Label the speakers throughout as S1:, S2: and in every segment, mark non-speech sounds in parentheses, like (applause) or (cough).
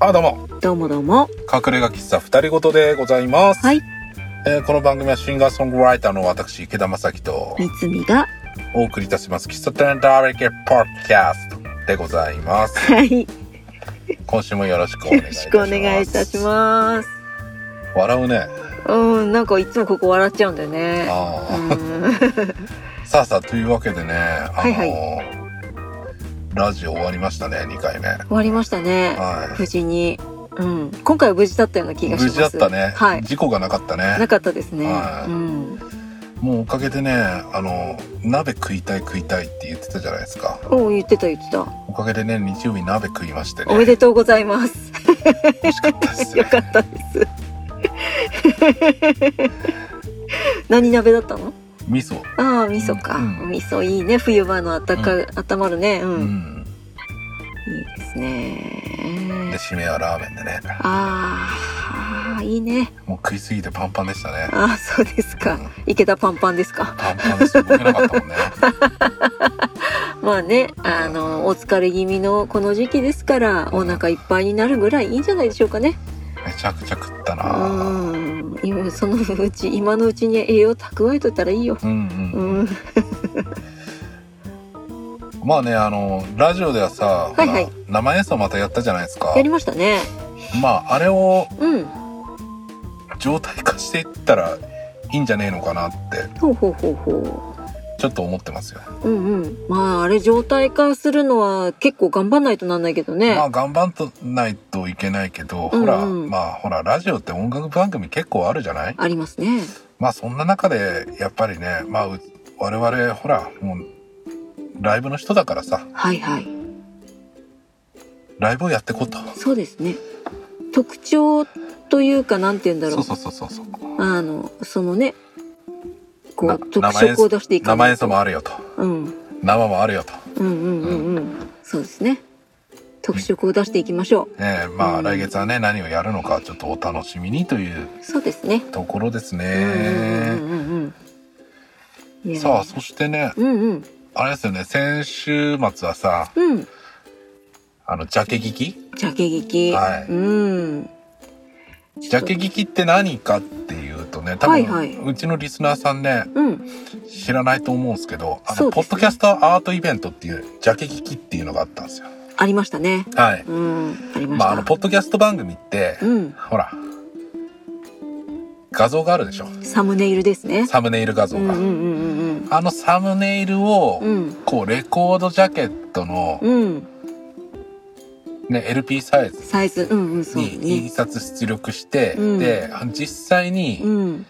S1: あどうも
S2: どうもどうも。
S1: 隠れ家喫茶二人ごとでございます、
S2: はい。
S1: えーこの番組はシンガーソングライターの私池田正樹と
S2: みつみが。
S1: お送りいたします喫茶店ダーレケポッドキャストでございます
S2: はい。よ
S1: 今週もよろしくお願いい
S2: ろ
S1: たし
S2: し
S1: ます
S2: くお願いいたします。
S1: 笑うね
S2: うん、なんかいつもここ笑っちゃうんだよね。う
S1: あ
S2: ん
S1: あさあさあというわけでねあのー
S2: はいはい
S1: ラジオ終わりましたね2回目
S2: 終わりましたね。
S1: は
S2: 無事に。うん。今回は無事だったような気
S1: い
S2: がし
S1: 無
S2: ます。
S1: 事だったね、
S2: はい。
S1: 事故がなかった
S2: な
S1: ね
S2: かったですね。
S1: はい
S2: うん。
S1: もうおかげでねあのー鍋食いたい食いたいって言ってたじゃないですか
S2: おう言ってた言ってた。
S1: おかげでね日曜日鍋食いましてね
S2: おめでとうござい
S1: (laughs)
S2: ます。
S1: 美味しかったです
S2: (laughs) よ
S1: ね
S2: かったです。何鍋だったの？
S1: 味噌
S2: ああ味噌か、
S1: うん
S2: 味噌いいね冬場のあったか、
S1: う
S2: 温まるねうん、
S1: うん
S2: いいです
S1: で
S2: ね
S1: 締めはラーメンでね
S2: ああいいね
S1: もう食いすぎてパンパンでしたね
S2: ああそうですか
S1: うん
S2: 池田パンパンですか
S1: パンパンです動けなかったもんね
S2: まあねあのお疲れ気味のこの時期ですからお腹いっぱいになるぐらいいいんじゃないでしょうかね
S1: めちゃくちゃ食った
S2: う
S1: な
S2: ーん今そのうち今のうちに栄養蓄えといたらいいよ
S1: うん
S2: う
S1: うん、
S2: ん
S1: まあねあのラジオではさ、
S2: はいはい
S1: ほら生演奏またやったじゃないですか
S2: やりましたね
S1: まああれを
S2: うん
S1: 状態化していったらいいんじゃねえのかなって
S2: ほうほうほうほう
S1: ちょっと思ってますよ、
S2: うんうん。まあ、あれ状態化するのは結構頑張んないとなんないけどね。
S1: まあ頑張んとないといけないけど、ほら
S2: うんうん
S1: まあほらラジオって音楽番組結構あるじゃない
S2: ありますね。
S1: まあそんな中でやっぱりね、まあ、う我々ほらもうライブの人だからさ
S2: はいはい。
S1: ライブをやってこうと
S2: そうですね。特徴というか、なんて言うんだろ。
S1: そううそうそうそうそう
S2: あの、そのね、こ
S1: な
S2: う、特色を出していか
S1: 生
S2: ない
S1: 演
S2: と。
S1: 奏もあるよと
S2: うん。
S1: 生もあるよと、
S2: うんうんうんうん。そうですね。特色を出していきましょ
S1: ねえ、まあ
S2: うん
S1: 来月はね何をやるのかちょっとお楽しみにという
S2: う。そうですね。
S1: ところです
S2: うん
S1: ね、
S2: うんうんうん。いや
S1: さあそしてね
S2: うんうん。
S1: あれですよね先週末はさ
S2: うん。
S1: あのジャケ聞き
S2: ジャケ劇。
S1: はい
S2: うん。
S1: ジャケ聞きって何かっていうとね多分、
S2: はいはいう
S1: ちのリスナーさんね
S2: うん。
S1: 知らないと思うんですけどあの、
S2: そうです
S1: ポ
S2: ね
S1: ッドキャストアートイベントっていうジャケ聞きっていうのがあったんですよ
S2: ありましたね。
S1: はい
S2: うん、ありまし
S1: まああ
S2: た。
S1: のポッドキャスト番組って、
S2: うん、
S1: ほら画像があるでしょ
S2: サムネイルですね。
S1: サムネイル画像
S2: うんうん
S1: が、
S2: うん
S1: あのサムネイルを、
S2: うんうん。
S1: こうレコードジャケットの、
S2: うん、うん、
S1: ね、LP サイズ
S2: サイズ、うんうん、そう
S1: に印
S2: ね。
S1: 刷出力して、
S2: うん
S1: で実際に
S2: うん、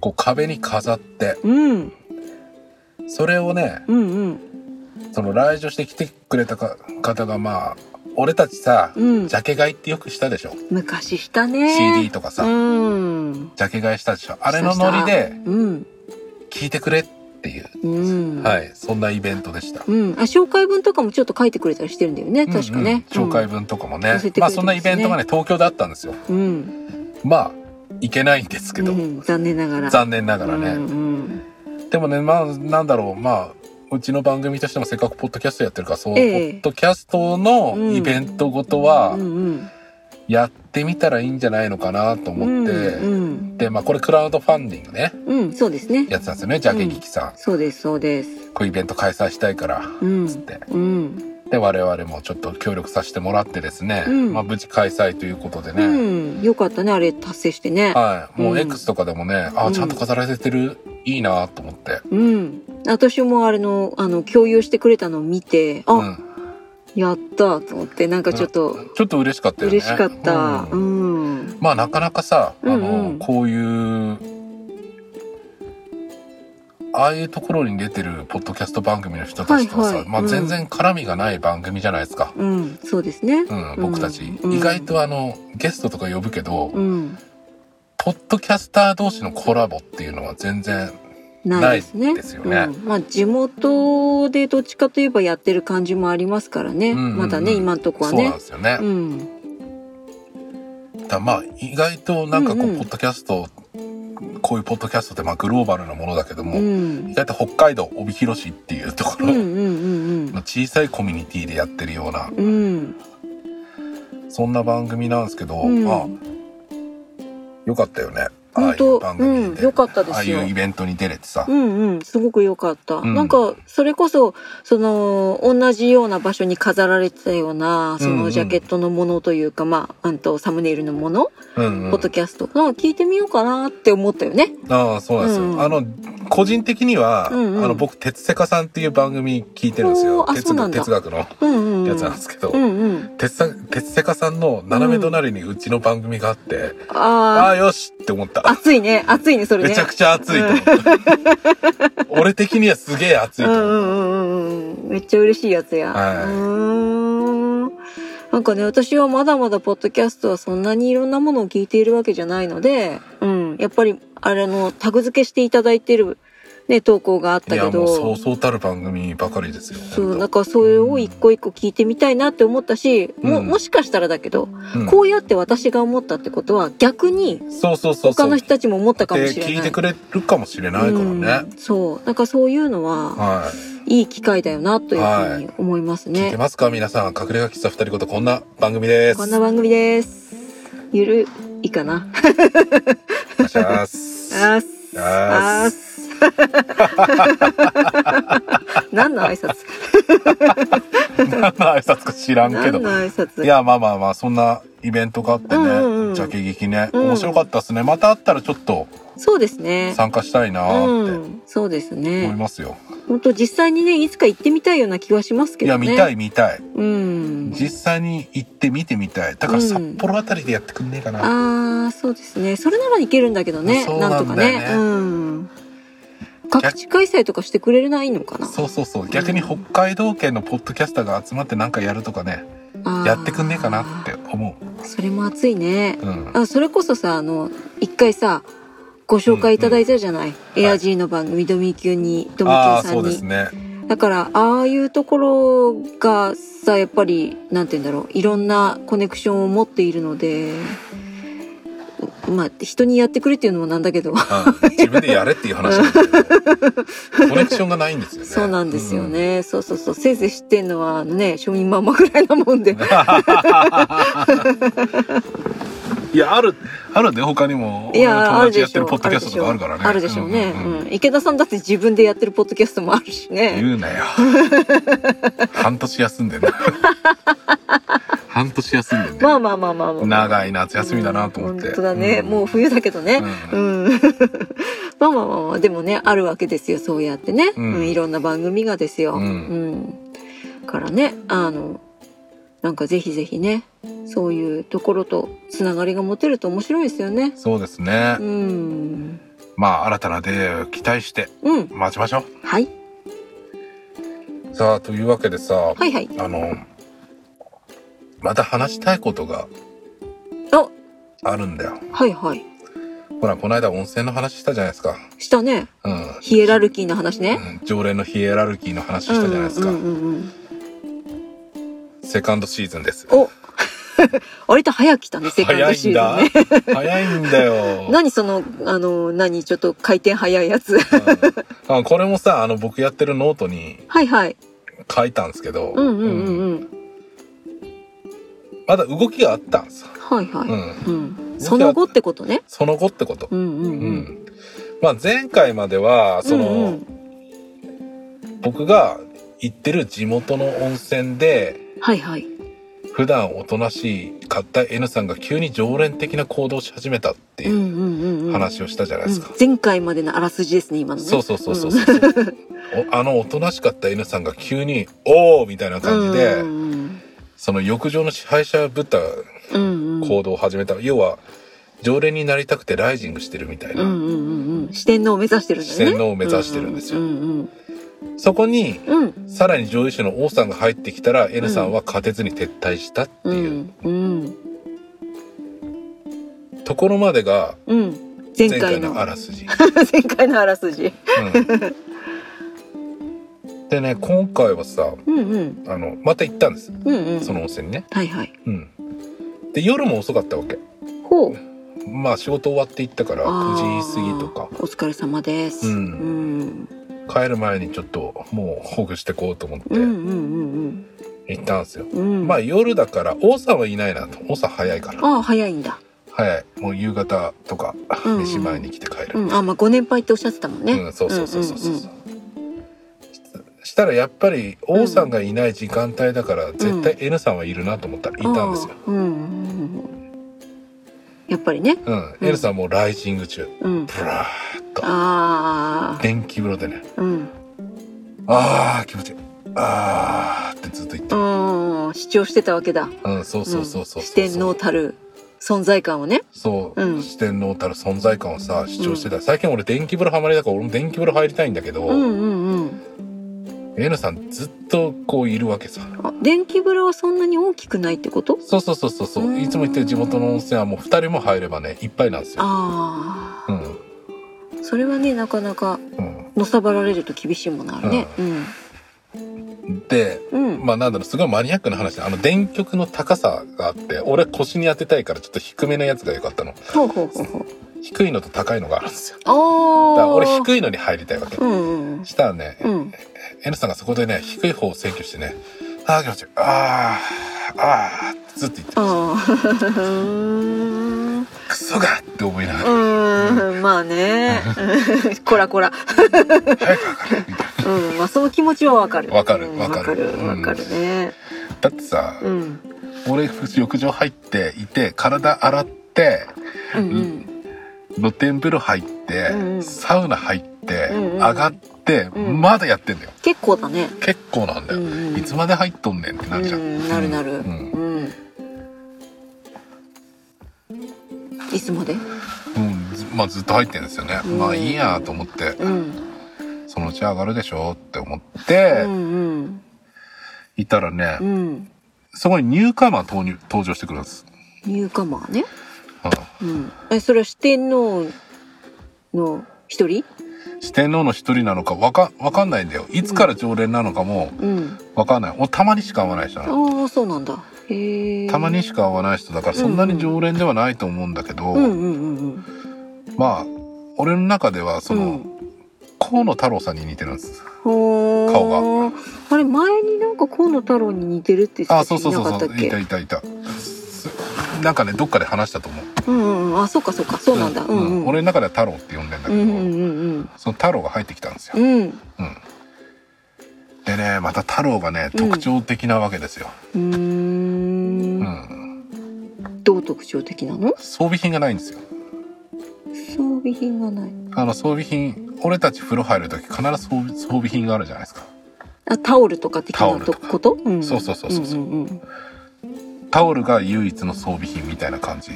S1: こう壁に飾って
S2: うん、
S1: それをね
S2: うんうん、
S1: その来場して来てくれたか方がまあ俺たちさ、
S2: うん
S1: ジ。ャケ買いってよくしたでしょ、
S2: 昔したね。
S1: CD とかさ、
S2: うん、
S1: ジャケ買いしたでしょあれのノリで
S2: うん、
S1: 聞いてくれっていう、
S2: うん。。
S1: はいいそんなイベントでした、
S2: うん、あ、紹介文とかもちょっと書いてくれたりしてるんだよね、確かね。
S1: うんうん紹介文とかもね、
S2: うん教えてくれて
S1: ま
S2: ま
S1: あ
S2: すね
S1: そんなイベントがね東京だったんですよ
S2: うん、
S1: まあ行けないんですけ
S2: う
S1: ど、
S2: ん、残念ながら。
S1: 残念ながら
S2: う
S1: ね、
S2: ん、
S1: でもねまあなんだろうまあうちの番組としてもせっかくポッドキャストやってるからそう、
S2: ええ
S1: ポッドキャストのイベントごとは
S2: うん、うん、
S1: やってみたらいいんじゃないのかなと
S2: う
S1: 思
S2: ん、
S1: って、
S2: うん、
S1: でまあこれクラウドファンディングね
S2: うん、そうですね。
S1: やってたんですよねジャケギキさん、
S2: そうです、そうです。
S1: こういうイベント開催したいから
S2: うん
S1: つっ、て
S2: うん、
S1: で我々もちょっと協力させてもらってですね、
S2: うん
S1: まあ無事開催ということでね、
S2: うん、よかったね、あれ達成してね。
S1: はい。もううん X とかでもね、あ
S2: う
S1: あ、
S2: ん
S1: ちゃんと飾られてる、いいなと思って。
S2: うん。私もあれの、あの、共有してくれたのを見て、あ、
S1: うん。
S2: やったと思って、なんかちょっと
S1: ちょっと嬉しかったよね。
S2: 嬉しかった。
S1: う
S2: う
S1: ん
S2: ん。
S1: まあ、なかなかさ、あの、
S2: うんうん
S1: こういう、ああいうところに出てるポッドキャスト番組の人たちとはさ、
S2: はいはい
S1: まあ
S2: うん
S1: 全然絡みがない番組じゃないですか。
S2: うん、そうですね。
S1: うん、僕たち。
S2: うん
S1: 意外とあの、ゲストとか呼ぶけど、
S2: うん。
S1: ポッドキャスター同士のコラボっていうのは全然、
S2: ないですね。
S1: ないですよね
S2: うん、まあ、地元でどっちかといえばやってる感じもありますからね。
S1: うんうんうん
S2: まだね、今んとこは
S1: そうなん
S2: ね
S1: で。すよね。
S2: うん。
S1: だまあ意外となんかこう、
S2: うんうん
S1: ポッドキャストこういうポッドキャストってまあグローバルなものだけども、
S2: うん
S1: 意。外と北海道帯広市っていうとこ
S2: うんうん
S1: ろ
S2: うん
S1: の小さいコミュニティでやってるような
S2: うん。うん。
S1: そんな番組なんですけど、
S2: うん
S1: まあよかったよねああい
S2: 本
S1: う
S2: 当
S1: 番
S2: う
S1: 組
S2: ん
S1: に出
S2: 良かったで
S1: ああ
S2: す
S1: い
S2: よ
S1: うイベントに出れてさ、
S2: うんうんすごく良かった、
S1: うん
S2: なんかそれこそその同じような場所に飾られてたようなそ
S1: うんう
S2: の
S1: ん
S2: ジャケットのものというか、まああんとサムネイルのもの、
S1: うんうん
S2: ポッドキャストなんか聞いてみようかなって思ったよね
S1: ああそうなんですよ、
S2: うん
S1: あの個人的には、
S2: うんうん
S1: あの僕鉄セカさんっていう番組聞いてるんですよ
S2: おーあそ
S1: 哲
S2: うな
S1: 学
S2: んだ
S1: 哲学の
S2: うんうんうん
S1: やつなんですけど、
S2: うんうん
S1: 鉄さ鉄セカさんの斜め隣にうちの番組があって、あ
S2: あ
S1: あよしって思った
S2: あ暑いね暑いねそれね
S1: めちゃくちゃ熱いと思った、 (laughs) 俺的にはすげえ熱いと
S2: うんう
S1: 思っ
S2: んうんうんうんめっちゃ嬉しいやつや、
S1: はいう、
S2: ーんなんかね私はまだまだポッドキャストはそんなにいろんなものを聞いているわけじゃないので、うん、やっぱりあれのタグ付けしていただいてる、ね、投稿があったた
S1: い
S2: け
S1: やもうそう
S2: ど
S1: そうたる番組ばかりですよ
S2: そうなん
S1: 本
S2: かそれを一個一個聞いてみたいなって思ったし、も
S1: うん
S2: もしかしたらだけど、
S1: 当うん
S2: こうやって私が思ったってことは逆に
S1: そうそうそうそ
S2: 他
S1: う
S2: の人たちも思ったかも
S1: で
S2: しれない。
S1: 聞いてくれるかもしれないからね、
S2: うんそうなんかそういうのは
S1: はい
S2: い機会だよなというふうに思います
S1: 聞い
S2: ね
S1: て。ますか皆さん隠れ家喫茶二人ことこんな番組です
S2: こんな番組です。ゆるいかな。
S1: お願いし
S2: (laughs)
S1: ます
S2: あーす。
S1: あー
S2: す。何の挨拶
S1: 何の挨拶か知らんけ
S2: 何
S1: ど
S2: の挨
S1: い
S2: 拶
S1: やまあまあまあそんなイベントがあってね、
S2: うんうんうん
S1: ジャケ劇ね
S2: うん
S1: 面白かったですね、またあったらちょっと
S2: そうですね。
S1: 参加したいな
S2: う
S1: ーって
S2: ん、そうです
S1: 思い
S2: ね。
S1: ますよ、
S2: 本当実際にね、いつか行ってみたいような気はしますけ
S1: い
S2: ど
S1: や
S2: ね。
S1: 見た
S2: い。
S1: い見たい
S2: うん。
S1: 実際に行って見てみたいだから札幌あたりでやってくんねえかな、
S2: ああ、そうですね。それならいけるんだけどね。
S1: そう
S2: な
S1: なんん
S2: と
S1: だ
S2: か
S1: よね
S2: ね。うん。各地開催とかしてくれないのかな。
S1: そうそうそう逆に北海道県のポッドキャスターが集まってなんかやるとかね
S2: あー
S1: やってくんねえかなって思
S2: それも熱いね
S1: う、うん、
S2: あそれこそさあの一回さご紹介いただいたじゃない、エアジーの番組、ドミキュンにドミキュ
S1: あ
S2: ン
S1: あ
S2: さん
S1: そうで
S2: に、
S1: す
S2: (laughs)
S1: ね
S2: だからああいうところがさやっぱりなんて言うんだろういろんなコネクションを持っているのでまあ人にやってくれっていうのもなんだけど、
S1: うん自分でやれっていう話なん
S2: (laughs)
S1: だけどコネクションがないんですよね
S2: そうなんですよね、そうそうそうせいぜい知ってんのはね庶民ママぐらいなもんで (laughs)
S1: いやあるあるで他にも
S2: いやあ
S1: 俺の友達
S2: るで
S1: やっ
S2: して
S1: る
S2: ょ
S1: ポッドキャストとかあるからね
S2: あるでしょうね、
S1: んんん
S2: うん池田さんだって自分でやってるポッドキャストもあるしね
S1: 言うな
S2: (laughs)
S1: よ半年休んでんな半年休んでんね
S2: まあまあまあまあまあ、
S1: 長い夏休みだなと思って
S2: 本当だね、
S1: ん
S2: もう冬だけどね
S1: う
S2: うん、 (laughs) まあまあまあまあでもねあるわけですよそうやってね、
S1: う
S2: うんんいろんな番組がですよ、
S1: う
S2: うんんからねあのなんかぜひぜひねそういうところとつながりが持てると面白いですよね
S1: そうですね
S2: うん
S1: まあ新たな出会いを期待して
S2: うん
S1: 待ちましょ
S2: は
S1: う
S2: い、
S1: さあというわけでさ
S2: はいはい
S1: あのまた話したいことが
S2: あ
S1: あるんだよ
S2: はいはい
S1: ほらこの間温泉の話したじゃないですか
S2: したね
S1: うん
S2: ヒエラルキーの話ね、
S1: うん常連のヒエラルキーの話したじゃないですか、
S2: うんうんうんうん、
S1: セカンドシーズンです
S2: お (laughs) 割と早く来たねセカン
S1: 早
S2: ド
S1: い
S2: シ
S1: ん
S2: ー
S1: だ
S2: ズン
S1: (laughs)
S2: ね
S1: 早いんだよ、
S2: 何そのあの何ちょっと回転早いやつ (laughs)
S1: うんあこれもさあの僕やってるノートに
S2: はいはい
S1: 書いたんですけど、
S2: うんうんうん
S1: うん
S2: うん
S1: まだ動きがあったんですよ、
S2: はいは
S1: う
S2: い
S1: ん、
S2: うんその後ってことね
S1: その後ってこと、
S2: うんうん
S1: う
S2: うん
S1: んまあ、前回まではその、
S2: うんうん
S1: 僕が行ってる地元の温泉で
S2: はいはい
S1: 普段おとなしい買った N さんが急に常連的な行動をし始めたって
S2: うん
S1: いう
S2: うんうんうん
S1: 話をしたじゃないですか、
S2: うん前回までのあらすじですね今のね
S1: そうそうそうそうそう、おあのおとなしかった N さんが急に「おー!」みたいな感じで、
S2: うん
S1: その浴場の支配者ぶった
S2: うんうんうん
S1: 行動を始めた、要は常連になりたくてライジングしてるみたいな、
S2: うんうんうんうん四天王を目指してるんだよね
S1: 四天王を目指してるんですよ
S2: うんうん
S1: そこに
S2: うんうん
S1: さらに上位者の王さんが入ってきたら N さんは勝てずに撤退したって
S2: う
S1: いうん
S2: うん
S1: ところまでが
S2: うん前
S1: 前回
S2: 回の
S1: のあらすじ、
S2: 前回のあらす (laughs) じ
S1: うんでね今回はさ
S2: うんうん
S1: あのまた行ったんです
S2: うんうん
S1: その温泉にね
S2: はいはい
S1: うんで夜も遅かったわけ
S2: ほう
S1: まあ仕事終わって行ったから
S2: あ
S1: 9
S2: ー
S1: 時過ぎとか
S2: お疲れ様です
S1: う
S2: うん
S1: 帰る前にちょっともうほぐしてこうと思って、
S2: うんうんうんうん
S1: 行ったんですよ。
S2: うん。
S1: まあ夜だから、王さんはいないなと。王さん早いから。
S2: ああ、早いんだ。
S1: 早い。もう夕方とか、
S2: うん
S1: 飯前に来て帰る。
S2: うん。あ、まあ、ご年配っておっしゃってたもんね。
S1: うん、そうそうそうそうそう。
S2: んんん
S1: したらやっぱり王さんがいない時間帯だから絶対 N さんはいるなと思ったらいたんですよ。
S2: ああうんうんうん。やっぱりね。
S1: うん、
S2: うん
S1: N さんもうライジング中
S2: うん。
S1: ブラーっと
S2: ああ。
S1: 電気風呂でね
S2: うん。
S1: あー気持ちいいあーってずっと言って
S2: うん。主張してたわけだ。
S1: うんそうそうそうそうそう、
S2: ん四天王たる存在感をね。
S1: そう、
S2: うん
S1: 四天王たる存在感をさ主張してた、最近俺電気風呂ハマりだから俺も電気風呂入りたいんだけど、
S2: うんうんうん。
S1: N さんずっとこういるわけさ
S2: あ電気風呂はそんなに大きくないってこと
S1: そうそうそうそうそううんいつも行ってる地元の温泉はもう2人も入ればねいっぱいなんですよ、
S2: あ
S1: うん
S2: あ。それはね、なかなか
S1: う
S2: のさばられると厳しいものあるね。うん。
S1: ん、で
S2: うん。
S1: まあなんだろうすごいマニアックな話であの電極の高さがあって俺腰に当てたいからちょっと低めのやつが良かったの
S2: ほうほうほうほう。
S1: 低いのと高いのがあるんですよだか
S2: ああ。
S1: ら俺低いのに入りたいわけ
S2: うんうん
S1: したらね、
S2: うん。うん。
S1: N さんがそこでね低い方を請求してねああ気持ちいいあーあーってずっと言ってまし
S2: ああ。
S1: たクソがって思いなが
S2: う
S1: ら
S2: ーん、まあね。
S1: (laughs)
S2: こらこら。
S1: 早く分かるみたい
S2: うん、まあその気持ちはわかる。
S1: わかる
S2: うん
S1: わ
S2: わ
S1: か
S2: か
S1: る
S2: る。わかるね。
S1: なだってさ、
S2: うん。
S1: 俺浴場入っていて体洗って
S2: うんうん。
S1: 露天風呂入って、
S2: うんうん
S1: サウナ入って、
S2: うんうん
S1: 上がって、
S2: うん
S1: まだやってんだよ
S2: 結構だね。
S1: 結構なんだよ、
S2: うんうん
S1: いつまで入っとんねんってなるじゃん、
S2: うんなるなる。
S1: う
S2: うんん。いつまで
S1: うんずまあずっと入ってんですよね、
S2: うん
S1: まあいいやと思って
S2: うん。
S1: そのうち上がるでしょって思っ
S2: う
S1: て、
S2: ん
S1: いたらね、
S2: うん。うん。
S1: そこにニューカマー投入登場してくるんです、
S2: ニューカマーね。
S1: う
S2: うん。え、それは四天王の一人
S1: ん、四天王の一人なのかわかわかんないんだよいつから常連なのかも
S2: うん。
S1: わかんない俺たまにしか会わない人なの
S2: ああ、そうなんだ。へえ。
S1: たまにしか会わない人だからそんなに常連ではないと思うんだけど、
S2: うんうんうんうん。
S1: まあ俺の中ではその、
S2: うん
S1: 河野太郎さんに似てるんです
S2: 顔があれ前になんか河野太郎に似てるって言
S1: あ
S2: って
S1: そう
S2: た
S1: そう
S2: 人いな
S1: そうそ
S2: かった
S1: う
S2: っ
S1: い
S2: け
S1: たいたいたすなんかねどっかで話したと思う
S2: うんうんうんあそうかそうかそうなんだうんうん、うん、
S1: 俺の中では太郎って呼んでんだけ
S2: う
S1: ど、
S2: んうんうん
S1: その太郎が入ってきたんですよ、
S2: うん
S1: う
S2: う
S1: ん、でねまた太郎がね
S2: うん
S1: 特徴的なわけですよ、
S2: ー
S1: うん
S2: んどう特徴的なの
S1: 装備品がないんですよ
S2: 装備品がない
S1: あの装備品俺たち風呂入る時必ず装備装備品があるじゃないですか
S2: あタオルとか的
S1: タオ
S2: な
S1: ル
S2: と
S1: とか
S2: こと、うん、
S1: そうそうそうそうそうん
S2: うんうん
S1: タオルが唯一の装備品みたいな感じ、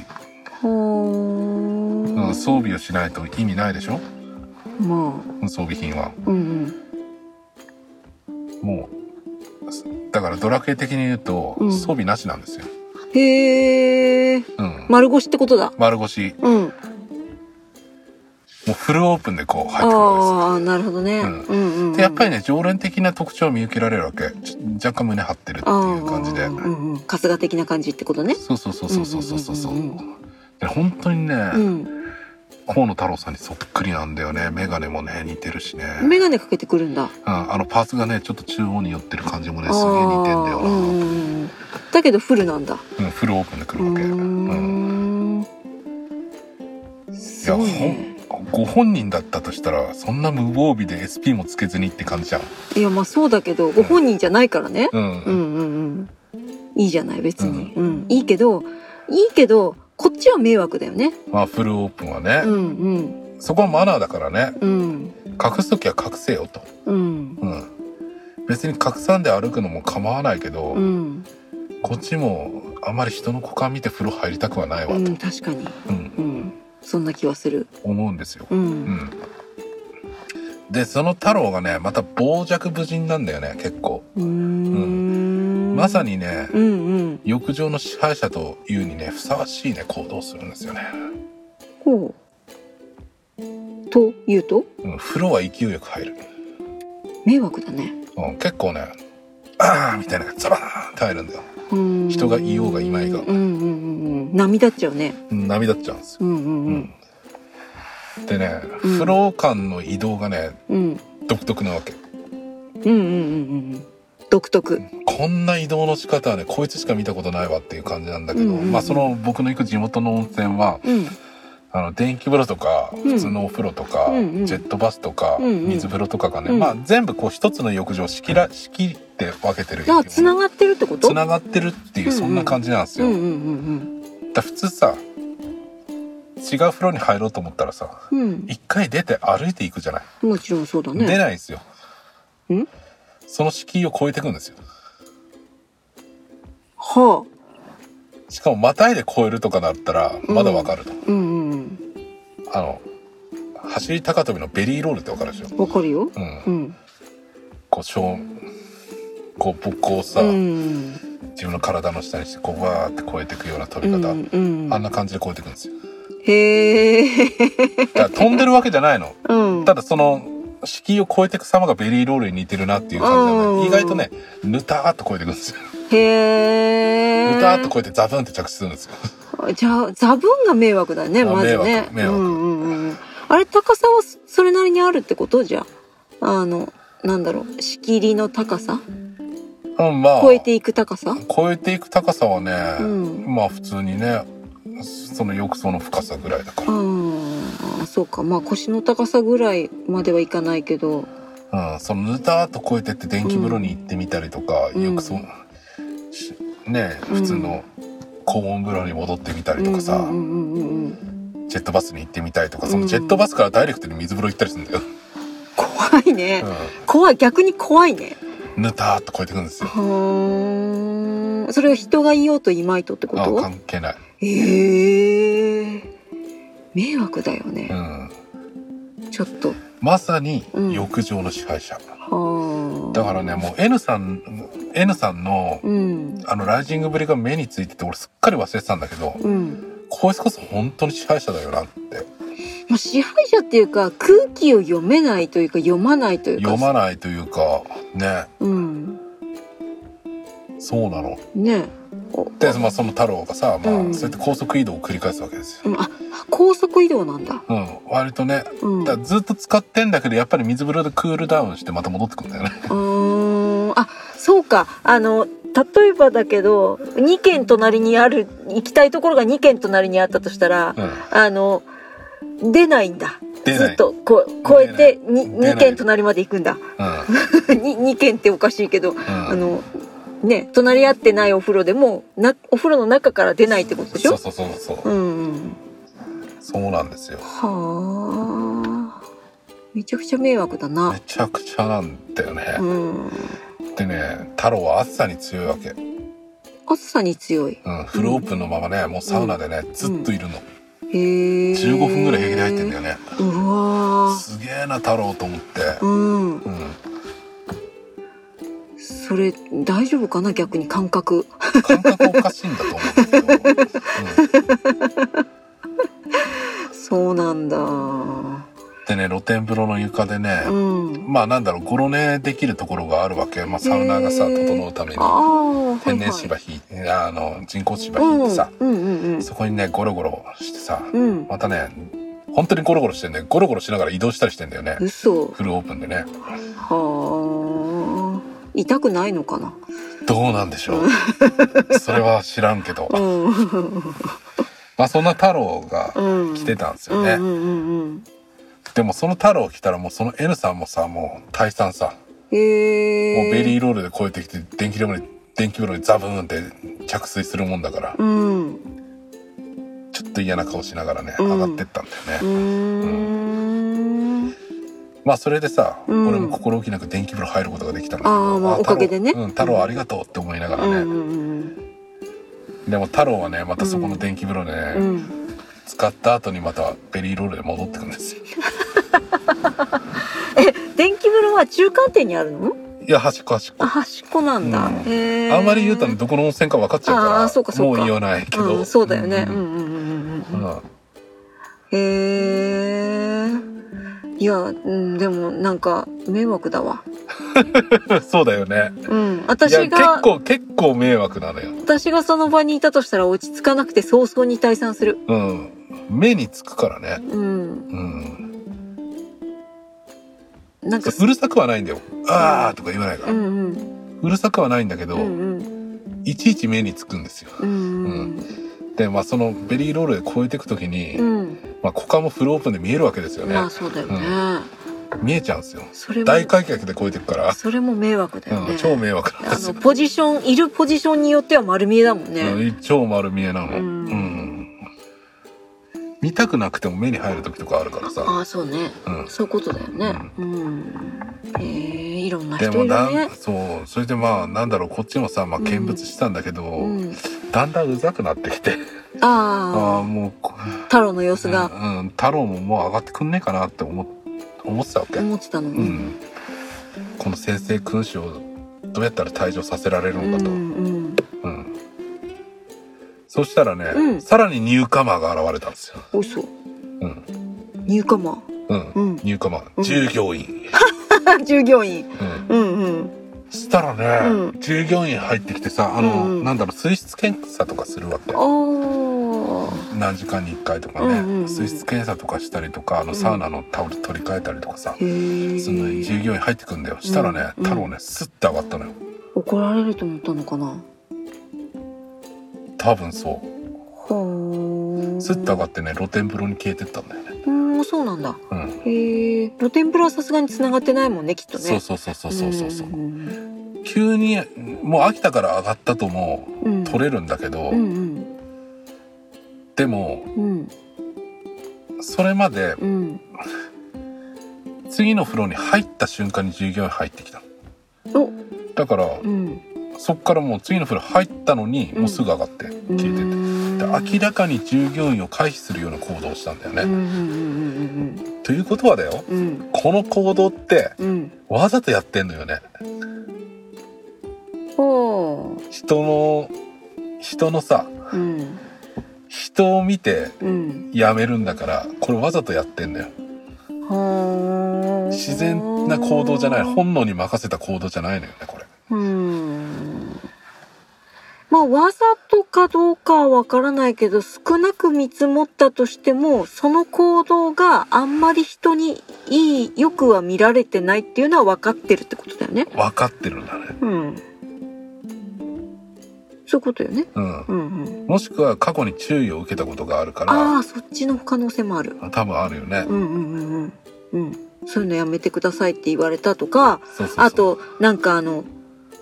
S1: う
S2: ほ
S1: ん、
S2: ー
S1: 装備をしないと意味ないでしょ
S2: まあ
S1: 装備品は
S2: うん
S1: もうすだからドラクエ的に言うと
S2: うん
S1: 装備なしなんですよ、
S2: うんへえ
S1: うん
S2: 丸腰ってことだ
S1: 丸腰
S2: うん
S1: もうフルオープンでこう入ってくるわ
S2: ああなるほどね、
S1: う
S2: うんん、うんうん
S1: けですでやっぱりね常連的な特徴を見受けられるわけちょ若干胸張ってるっていう感じで
S2: あーうんうん、春日的な感じってことね
S1: そうそうそうそうそうそうそうそう
S2: うんうんうんう
S1: で本当にね、
S2: うん
S1: 河野太郎さんにそっくりなんだよね眼鏡もね似てるしね、うん、
S2: 眼鏡かけてくるんだ
S1: あのパーツがねちょっと中央に寄ってる感じもね
S2: あ
S1: すげえ似てんだよ
S2: ー
S1: な、
S2: うんうんうんだけどフルなんだ
S1: うん、フルオープンで来
S2: うー
S1: るわけ、うん、
S2: ん
S1: い
S2: す
S1: や
S2: ご
S1: ほ
S2: いね
S1: んご本人だったとしたらそんな無防備で SP もつけずにって感じじゃん
S2: いやまあそうだけどご本人じゃないからね、
S1: うん、
S2: うん、うんうんいいじゃない別に、うんいいけどいいけどこっちは迷惑だよね
S1: まあフルオープンは
S2: う
S1: ね、
S2: んうん
S1: そこはマナーだからね
S2: うん
S1: 隠す時は隠せよと、
S2: うん
S1: うん、別に隠さんで歩くのも構わないけど、
S2: うん、
S1: こっちもあんまり人の股間見て風呂入りたくはないうわと、
S2: ん、確かに、
S1: うん
S2: うん、そんな気はする
S1: 思うんですよ、
S2: う
S1: うんん、でその太郎がねまた傍若無人なんだよね結構
S2: うーん
S1: まさにね、
S2: うんうん
S1: 浴場の支配者というにねふさわしいね行動をするんですよね、
S2: ほうというと
S1: うん、風呂は勢いよく入る、
S2: 迷惑だね
S1: うん、結構ねあーみたいなのがザバーンって入るんだよ
S2: うーん
S1: 人がいようがいまいが
S2: うんうんうんうん波立っちゃうね
S1: うん涙っちゃうんですよ、
S2: うんうんう
S1: うん
S2: ん
S1: でね
S2: うん
S1: 風呂間の移動がね
S2: うん
S1: 独特なわけ
S2: うんうんうんうん独特
S1: ここんな移動の仕方はねこいつしか見たことないわっていう感じなんだけど、
S2: うんうんうん
S1: まあその僕の行く地元の温泉は
S2: うん
S1: あの電気風呂とか
S2: ん
S1: 普通のお風呂とか、
S2: うんうん
S1: ジェットバスとか、
S2: うんうん
S1: 水風呂とかがね、
S2: うん
S1: まあ全部こう一つの浴場を仕切ら仕切って分けてる
S2: あつながってるってこと
S1: つながってるっていう
S2: うんうん
S1: そんな感じなんです
S2: う
S1: よ。
S2: んうんうん
S1: だから普通さ違う風呂に入ろうと思ったらさ
S2: うんうん
S1: 一回出て歩いていくじゃない、
S2: もちろんそうだ
S1: 出
S2: ね
S1: ないんですよ
S2: ん
S1: その敷居を越えていくんですよ
S2: はあ
S1: しかもまたいで越えるとかだったらまだわかると、
S2: うんうん
S1: あの走り高跳びのベリーロールってわかるでしょ、
S2: うんわかるよ
S1: うん、
S2: うん
S1: こうしょうこう僕をさ、
S2: うん
S1: 自分の体の下にしてこうわーって越えていくような飛
S2: う
S1: び方、
S2: んうん
S1: あんな感じで越えていくんですよ
S2: へえ
S1: だから飛んでるわけじゃ
S2: (laughs)
S1: ないの
S2: うん
S1: ただその敷居を越えていく様がベリーロールに似てるなっていう感じなの
S2: うん
S1: で意外とねぬたーっと越えていくんですよ
S2: へ
S1: ぬ
S2: え
S1: たーっと越えてザブンって着地するんですよ
S2: じゃあ座分が迷惑だね
S1: あ
S2: まずね
S1: 迷惑迷惑
S2: うんうんうん、あれ高さはそそれなりにあるってことじゃああのなんだろう仕切りの高さ
S1: うんまあ
S2: 超えていく高さ
S1: 超えていく高さはね、
S2: うん
S1: まあ普通にねその浴槽の深さぐらいだか
S2: うんそうかまあ腰の高さぐらいまではいかないけど
S1: ら、うん、そのぬたーっと越えてって電気風呂に行ってみたりとか、
S2: うん
S1: 浴槽しね
S2: うん
S1: 普通の高温風呂に戻ってみたりとかさ、
S2: うんうんうんうんうん、
S1: ジェットバスに行ってみたりとかそ
S2: うん
S1: のジェットバスからダイレクトに水風呂行ったりするんだよ、
S2: 怖いね、
S1: う
S2: 怖い逆に怖いね
S1: ん、ぬたーっと越えていくんですよ
S2: はーんそれは人がいようといまいとってこ
S1: あ
S2: と
S1: 関係ない、
S2: ええ迷惑だよ
S1: う
S2: ね、
S1: ん、
S2: ちょっと
S1: まさに
S2: うん
S1: 浴場の支配者、
S2: はあ
S1: だからねもう N さん N さんの
S2: うん
S1: あのライジングぶりが目についてて俺すっかり忘れてたんだけど、
S2: うん、
S1: こいつこそ本当に支配者だよなって
S2: まあ、支配者っていうか空気を読めないというか読まないというか
S1: 読まないというかね
S2: うん
S1: そうなの
S2: ねお
S1: で、まあ、その太郎がさ、まあ
S2: うん
S1: そうやって高速移動を繰り返すわけですよ、
S2: うんあ高速移動なんだ
S1: うん、割とね
S2: うん
S1: だからずっと使ってんだけどやっぱり水風呂でクールダウンしてまた戻ってくるんだよ
S2: (laughs)
S1: ね
S2: うーんあそうかあの例えばだけど2軒隣にある行きたいところが2軒隣にあったとしたら、
S1: うん
S2: あの出ないんだ
S1: 出ない
S2: ずっとこう越えて
S1: 出
S2: 2,
S1: ない
S2: 軒隣まで行くんだ (laughs) 2, 2軒っておかしいけど、
S1: ん
S2: あのね隣り合ってないお風呂でもなお風呂の中から出ないってこ
S1: う
S2: と
S1: ん
S2: でし
S1: そ
S2: ょ
S1: うそうそうそう、
S2: うんうん
S1: そうなんですよ
S2: はあめちゃくちゃ迷惑だな
S1: めちゃくちゃなんだよね、
S2: うん
S1: でね太郎は暑さに強いわけ、う
S2: 暑さに強い
S1: ん、フルオープンのままねもうサウナでね、ずっといるの
S2: へえ
S1: 15分ぐらい平気で入ってんだよね、
S2: うわー
S1: すげえな太郎と思って、
S2: うん
S1: う
S2: それ大丈夫かな逆に感覚 (laughs)
S1: ん、感覚おかしいんだと思うんですけど、うん
S2: そうなんだ
S1: でね露天風呂の床でね、
S2: うん
S1: まあなんだろうごろ寝できるところがあるわけ、まあ、サウナがさ
S2: へー
S1: 整うために
S2: ああはいはい
S1: 天然芝引いて、あの人工芝
S2: う
S1: 引
S2: ん
S1: いてさ、
S2: うんうん
S1: そこにねゴロゴロしてさ、
S2: うんうん
S1: またね本当にゴロゴロしてんだよゴロゴロしながら移動したりしてんだよね、
S2: 嘘
S1: フルオープンでね
S2: はあ痛くないのかな
S1: どうなんでしょ
S2: (laughs)
S1: うそれは知らんけど
S2: うん
S1: まあそんな太郎が
S2: うん
S1: 来てたんです
S2: うん
S1: よね、
S2: うんうんうん
S1: でもその太郎来たらもうその N さんもさもう退散さ
S2: へえ
S1: もうベリーロールで越えてきて電気風呂に電気風呂にザブーンって着水するもんだから
S2: うんう
S1: ちょっと嫌な顔しながらね
S2: うん
S1: 上がってったんだよね、
S2: ーん
S1: まあそれでさ、
S2: うん
S1: 俺も心置きなく電気風呂入ることができたんだけ
S2: あー
S1: ど
S2: まあ
S1: 太郎
S2: おかげでね
S1: うん、太郎ありがとうって思いなが
S2: うんう
S1: らね、
S2: ん
S1: でも太郎はねまたそこの電気風呂でね、
S2: うん
S1: 使った後にまたベリーロールで戻ってくんですよ
S2: 電気風呂は中間点にあるの
S1: いや端っこ端っこ
S2: あ端っこなんだ、
S1: うん
S2: へえ
S1: あんまり言うとねどこの温泉か分かっちゃうから
S2: あーそうかそうか
S1: もう言わないけど、
S2: うん、そうだよね。うん
S1: う
S2: うんんうんうんう。
S1: うんん
S2: へえ。いや、うん、でもなんか迷惑だわ。
S1: (laughs) そうだよね。
S2: うん、
S1: いや
S2: 私
S1: 結
S2: が
S1: 構結構迷惑なのよ。
S2: 私がその場にいたとしたら落ち着かなくて早々に退散する。
S1: うん。目につくからね。
S2: うん、
S1: うん。
S2: なんか
S1: うるさくはないんだよ。ああとか言わないか
S2: う
S1: ら。
S2: んうん。
S1: うるさくはないんだけど、
S2: うんうん
S1: いちいち目につくんですよ。
S2: うん
S1: で、まあ、そのベリーロールで越えていくときに、
S2: うんうん
S1: まあ、股間もフルオープンで見えるわけですよね。
S2: まあそうだよね
S1: 見えちゃうんですよ。
S2: それも
S1: 大開脚で越えていくから、
S2: それも迷惑だよ
S1: う
S2: ね
S1: ん、超迷惑なん
S2: あ
S1: です
S2: の
S1: よ。
S2: ポジションいるポジションによっては丸見えだもんね
S1: うん超丸見えなの、
S2: う
S1: うんん見たくなくても目に入る時とかあるからさ
S2: ああそうね
S1: うん
S2: そういうことだよねうんえーいろんな
S1: で
S2: 人
S1: も
S2: いる
S1: な
S2: ね
S1: んそうそれでまあなんだろうこっちもさ、まあ、見物したんだけど、
S2: うん
S1: だんだんうざくなってきてああ
S2: あ
S1: もうこ
S2: あ太郎の様子が
S1: うんうん、太郎ももう上がってくんねえかなって思っ思ってたわけ、
S2: 思ってたの
S1: う
S2: に
S1: ん、この先生君主をどうやったら退場させられるのかと、
S2: うんうん
S1: うんそしたらね、
S2: うん
S1: さらにニューカマーが現れたんですよ、
S2: おいしそう
S1: うん
S2: 入荷マ
S1: うん、
S2: うん
S1: ニューカマー、
S2: うん
S1: 従業員、
S2: 従業員
S1: うん、
S2: うんうん
S1: したらね、
S2: うん
S1: 従業員入ってきてさあの、
S2: うんうん
S1: なんだろう水質検査とかするわけ
S2: おー
S1: 何時間に1回とかね、
S2: うんうんうん
S1: 水質検査とかしたりとかあのサウナのタオル取り替えたりとかさ、
S2: へえ
S1: その従業員入ってくんだよしたらね、
S2: うん
S1: 太郎ねスッて上がったのよ
S2: 怒られると思ったのかな
S1: 多分そう
S2: ほう
S1: スッて上がってね露天風呂に消えてったんだよね
S2: うんそうなんだ
S1: うん、
S2: へえ露天風呂はさすがに繋がってないもんねきっとね
S1: そうそうそうそうそうそうそう
S2: うん
S1: 急にもう飽きたから上がったとも
S2: うん
S1: 取れるんだけど、
S2: うんうん
S1: でも
S2: うん
S1: それまで
S2: うん
S1: 次の風呂に入った瞬間に従業員入ってきたの
S2: お
S1: だから
S2: うん
S1: そっからもう次の風呂入ったのに
S2: うん
S1: もうすぐ上がって消えてて。で明らかに従業員を回避するような行動をしたんだよ
S2: うん
S1: ね。
S2: うんうん
S1: ということはだよ
S2: うんうん
S1: この行動って
S2: うんうん
S1: わざとやってんのよね。
S2: ほ
S1: 人の人のさ
S2: ううん
S1: 人を見て
S2: うん
S1: やめるんだからこれわざとやってんだよ。
S2: ほう
S1: 自然な行動じゃない本能に任せた行動じゃないのよねこれ。
S2: うんまあわざとかどうかはわからないけど少なく見積もったとしてもその行動があんまり人にいいよくは見られてないっていうのは分かってるってことだよね。
S1: 分かってるんだね。
S2: うん。そういうことよね。
S1: うん。
S2: うんうん。
S1: もしくは過去に注意を受けたことがあるか
S2: あ
S1: ら
S2: あ、そっちの可能性もある。
S1: 多分あるよね。
S2: うんうんうんうん。うん。そういうのやめてくださいって言われたとか、
S1: そうそうそう
S2: あと、なんかあの、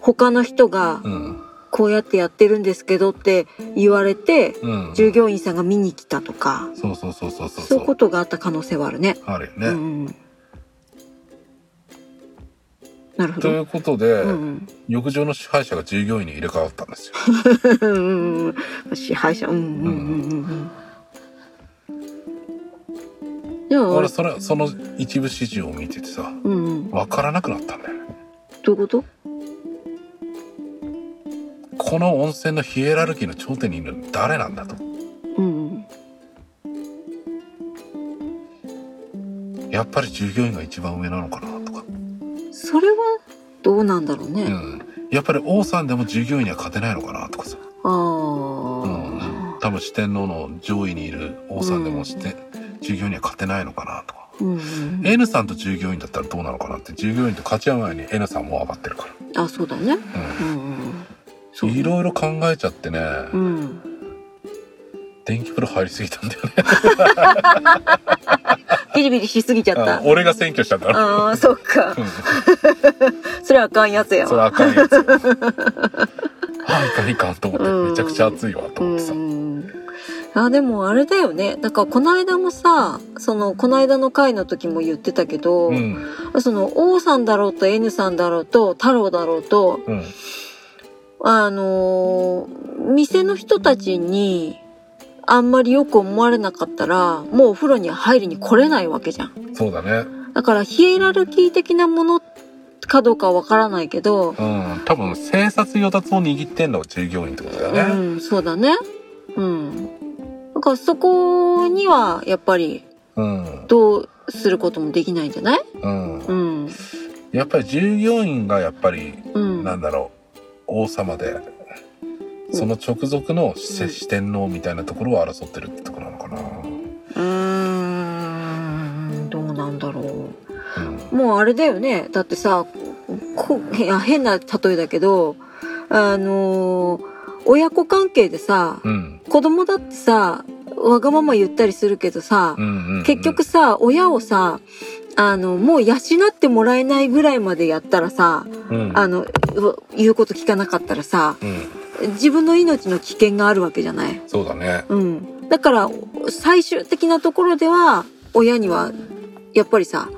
S2: 他の人が
S1: うん
S2: こうやってやってるんですけどって言われて、
S1: うん
S2: 従業員さんが見に来たとか、
S1: そうそうそうそうそう
S2: そういうことがあった可能性はあるね。
S1: あるよね。
S2: うんうん。なるほ
S1: とい
S2: ど。
S1: うことで、
S2: うんうん
S1: 浴場の支配者が従業員に入れ替わったんですよ。
S2: うんうんうん支配者うんうんうんうんうんじゃあ
S1: 俺それその一部始終を見ててさ
S2: うんうんど
S1: 分からなくなったんだよね。
S2: ういうこと
S1: この温泉のヒエラルキーの頂点にいるの誰なんだと。
S2: うん
S1: やっぱり従業員が一番上なのかなとか。
S2: うんそれはどうなんだろうね、
S1: う
S2: あ
S1: ん。やっぱり王さんでも従業員には勝てないのかなとかさ。うん
S2: あ。
S1: 多分四天王の上位にいる王さんでもして、従業員には勝てないのかなとか。
S2: うん、うん、
S1: N さんと従業員だったらどうなのかなって従業員と勝ち合う前に N さんもう上がってるから。
S2: あそうだね
S1: うん
S2: うんうんそう
S1: いろいろ考えちゃってね、
S2: うん
S1: 電気風呂入りすぎたんだよね。
S2: ビリビリしすぎちゃった
S1: あ (laughs) 俺が選挙したんだろ。
S2: ああそっか
S1: うん
S2: それあかんやつや
S1: それ
S2: わ
S1: あかんやつよ。あ、いかんいかんと思って、めちゃくちゃ暑いわと
S2: う
S1: 思ってさ。
S2: んあでもあれだよねだからこの間もさそのこの間の回の時も言ってたけど、
S1: うん、
S2: その O さんだろうと N さんだろうと太郎だろうと
S1: うん、
S2: あのー店の人たちにあんまりよく思われなかったらもうお風呂に入りに来れないわけじゃん。
S1: そうだね。
S2: だからヒエラルキー的なものかどうかわからないけど、
S1: うん、多分、生殺与奪を握ってんのが従業員ってことだ
S2: う
S1: よね。
S2: ん、そうだね。うん。だからそこにはやっぱり
S1: うん、
S2: どうすることもできないんじゃない
S1: うん
S2: う、ん。
S1: やっぱり従業員がやっぱり、
S2: うん。
S1: なんだろう、王様で。
S2: うん
S1: その直属の四四天王みたいなところを争ってるってところなのかな。
S2: うーん、どうなんだろう。
S1: うん、
S2: もうあれだよねだってさこいや変な例えだけどあのー親子関係でさ
S1: うん
S2: 子供だってさわがまま言ったりするけどさ、
S1: うんうん
S2: 結局さ親をさあのもう養ってもらえないぐらいまでやったらさ
S1: うん
S2: あのう言うこと聞かなかったらさ
S1: うん
S2: 自分の命の危険があるわけじゃない。
S1: そうだね
S2: うん、だから最終的なところでは親にはやっぱりさ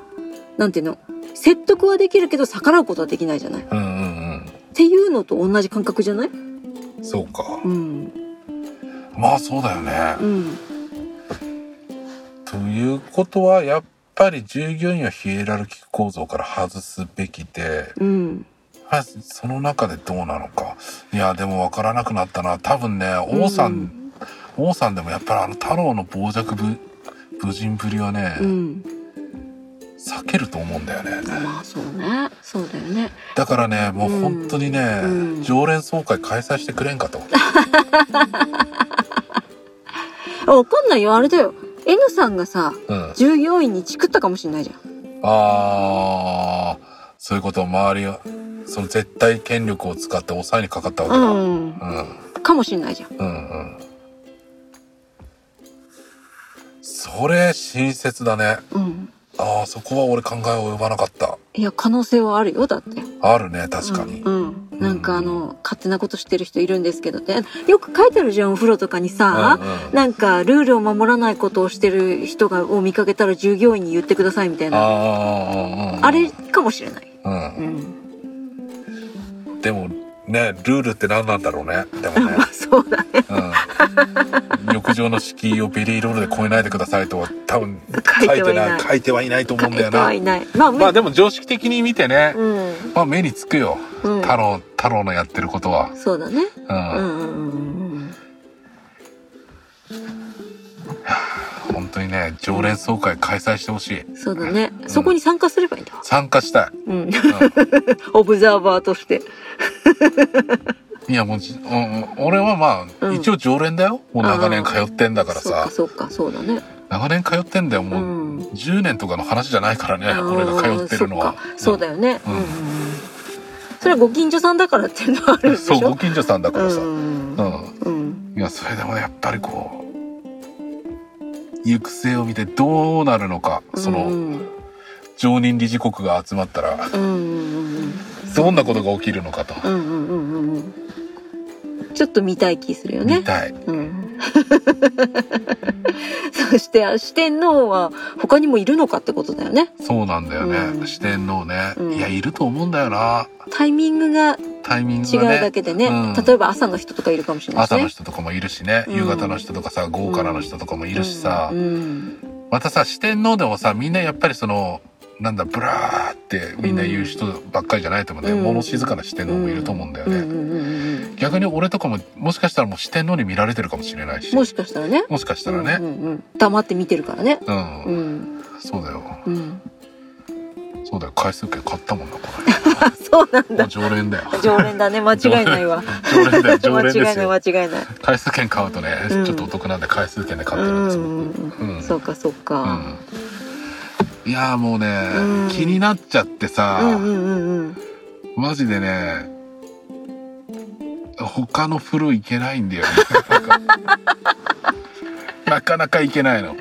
S2: なんていうの説得はできるけど逆らうことはできないじゃないっ
S1: うんうん
S2: ていうのと同じ感覚じゃない
S1: うんそうか
S2: うん
S1: まあそうだよね
S2: うん
S1: ということはやっぱり従業員はヒエラルキー構造から外すべきで
S2: うん
S1: まあその中でどうなのかいやでも分からなくなったな多分ね王さん、王さんでもやっぱりあの太郎の傍若ぶ無人ぶりはね、
S2: うん、
S1: 避けると思うんだよね
S2: まあそうねそうだよね
S1: だからねもう本当にね、
S2: うん
S1: 常連総会開催してくれんかと
S2: あわかんないよあれだよ N さんがさ
S1: うん
S2: 従業員にチクったかもしれないじゃん
S1: あーそういうことを周りはその絶対権力を使って抑えにかかったわけだ、うん、
S2: うん
S1: うん
S2: かもしれないじゃん
S1: うんそれ親切だね
S2: うん
S1: あーそこは俺考え及ばなかった
S2: いや可能性はあるよだって
S1: あるね確かに、
S2: うんうん、なんかあの勝手なことしてる人いるんですけどねよく書いてあるじゃんお風呂とかにさ、
S1: うんうん
S2: なんかルールを守らないことをしてる人がを見かけたら従業員に言ってくださいみたいなあ
S1: あー
S2: れ、かもしれない、
S1: うん
S2: うん、
S1: でもねルールって何なんだろうねでもね
S2: (laughs) ま、あ (laughs) そうだね
S1: うん、浴場の敷居をベリーロールで越えないでくださいとは多分書
S2: 書
S1: い
S2: い
S1: て
S2: てはいな
S1: ないい書いてはいないと思うんだよ
S2: 書
S1: ない
S2: てはいないまあ、
S1: まあでも常識的に見てね、
S2: うん、
S1: まあ目につくよ
S2: うん、
S1: 太郎太郎のやってることは、
S2: そうだね
S1: うん
S2: うんうんうんうん
S1: 本当にね常連総会開催してほしい
S2: そうだね、そこに参加すればいいんだ
S1: 参加したい、
S2: うん、 (laughs) オブザーバーとして
S1: いやもうじ、うんうん俺はまあ、
S2: うん
S1: 一応常連だよもう長年通ってんだから
S2: そうか
S1: さ
S2: そうかそうだね
S1: 長年通ってんだよもう、
S2: うん
S1: 10年とかの話じゃないからね俺が通ってるのは
S2: あーそっかそうだよね、
S1: う
S2: うんんそれはご近所さんだからっていうのはあるんでしょ
S1: そうご近所さんだからさ、
S2: うん
S1: うん
S2: うん
S1: いやそれでもやっぱりこう行く末を見てどうなるのかその、
S2: うん
S1: 常任理事国が集まったら
S2: うんうん
S1: どんなことが起きるのかと、
S2: うんうんうんうんうんちょっと見たい気するよね
S1: 見たい
S2: うん、そして四天王は他にもいるのかってことだよね
S1: そうなんだよね、
S2: うん
S1: 四天王ね、
S2: うん
S1: いやいると思うんだよな
S2: タイミングが
S1: タイミング
S2: 違う
S1: が
S2: だ
S1: ね
S2: けでね
S1: うん
S2: 例えば朝の人とかいるかもしれないし
S1: 朝
S2: ね
S1: の人とかもいるしね、
S2: うん
S1: 夕方の人とかさ豪華なの人とかもいるしさ、
S2: うん
S1: またさ四天王でもさみんなやっぱりそのなんだブラーってみんな言う人ばっかりじゃないと思うんだよ、
S2: うん
S1: 物静かな四天王もいると思うんだよ
S2: うん
S1: ね、
S2: うんうんうんうん
S1: 逆に俺とかももしかしたらもう四天王に見られてるかもしれないし
S2: も
S1: も
S2: しかしたらね
S1: しかしたら
S2: うん
S1: ね
S2: うんうん、黙って見てるからね
S1: うん、
S2: うん
S1: そうだよ
S2: うん
S1: そうだよ回数券買ったもんなこ
S2: あそうなん
S1: れも
S2: だ
S1: う常連だよ
S2: 常連だね間違いないわ
S1: 常連だよ常
S2: (laughs) 間
S1: 連
S2: 違い
S1: です
S2: な
S1: よ
S2: い間違いない
S1: 回数券買うとね、
S2: うん
S1: ちょっとお得なんで回数券で買
S2: う
S1: ってるん
S2: ん
S1: です
S2: う
S1: よ、うん
S2: んうんそうかそうか
S1: うんいやーもうね、
S2: うん
S1: 気になっちゃってさ、
S2: うんうんうんうん
S1: マジでね他の風呂行けないん
S2: (laughs)
S1: だよねなんかなかなか行けないの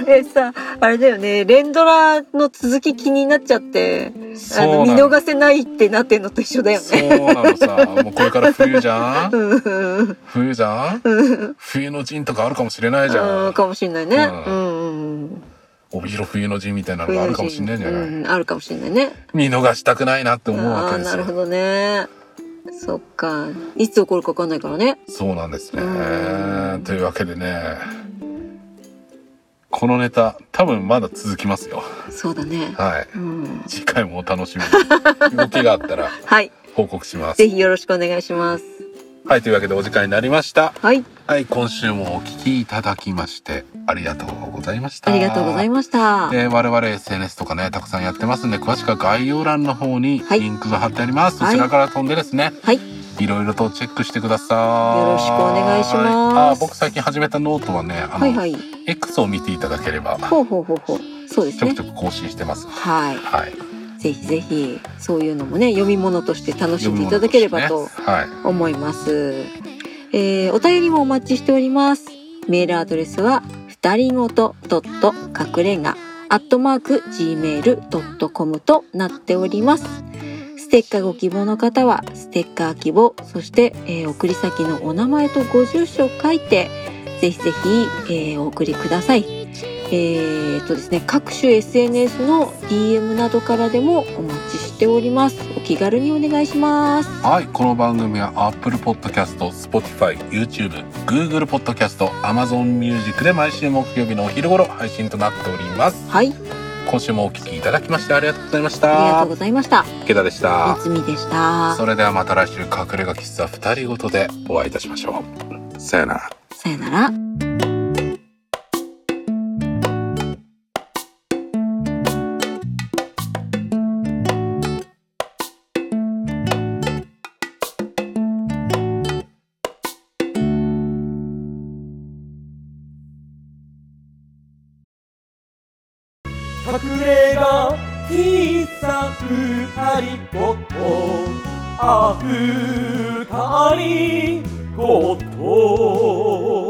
S2: それさあれだよね連ドラの続き気になっちゃってあの見
S1: なの
S2: 逃せないってなってんのと一緒だよ
S1: そう
S2: ね
S1: なのさもうこれから冬じゃん
S2: うんうんうん
S1: 冬じゃん冬の陣とかあるかもしれないじゃ
S2: うん
S1: ん
S2: かもしれないね
S1: うん
S2: うんうんうん
S1: 帯広冬の陣みたいなのがあるかもしれないじゃない、
S2: うんあるかもしれないね
S1: 見逃したくないなって思うわ
S2: ああ
S1: け
S2: ー
S1: です
S2: なるほ
S1: よ
S2: どねそっかいつ起こるか分かんないからね
S1: そうなんですね
S2: うん
S1: というわけでねこのネタ多分まだ続きますよ
S2: そうだね
S1: はい
S2: うん
S1: 次回もお楽しみ
S2: (laughs)
S1: に動きがあったら
S2: はい
S1: 報告します
S2: ぜひよろしくお願いします
S1: はいというわけでお時間になりました
S2: はい
S1: はい今週もお聞きいただきましてありがとうございました
S2: ありがとうございました
S1: えー我々 SNS とかねたくさんやってますんで詳しくは概要欄の方に
S2: はい
S1: リンクが貼ってあります、
S2: はい
S1: そちらから飛んでですね
S2: はい
S1: いろいろとチェックしてください
S2: よろしくお願いします
S1: あー僕最近始めたノートはねあの、
S2: はいはい
S1: X を見ていただければ
S2: ほうほうほうほうそうです
S1: ちょく
S2: ね
S1: ちょく更新してます
S2: はい
S1: はい
S2: ぜひぜひそういうのもね読み物として楽しんでいただければと
S1: 読み物ですねはい。
S2: 思います、えーお便りもお待ちしておりますメールアドレスはふたりごとかくれがアットマーク gmail.com となっておりますステッカーご希望の方はステッカー希望そして、えー送り先のお名前とご住所を書いてぜひぜひ、えーお送りくださいえー、とですね各種 SNS の DM などからでもお待ちしておりますお気軽にお願いします
S1: はい、この番組は Apple Podcast、Spotify、YouTube、Google Podcast、Amazon Music で毎週木曜日のお昼頃配信となっております。
S2: はい
S1: 今週もお聞きいただきましてありがとうございまし
S2: ありがと
S1: た
S2: う。ございました。
S1: 池田でし
S2: あ
S1: た。
S2: つみでした。
S1: それではまた来週隠れ家喫茶二人ごとでお会いいたしましょう。さよなら。
S2: さよなら。
S3: 隠れ家喫茶二人ごとあふかりごと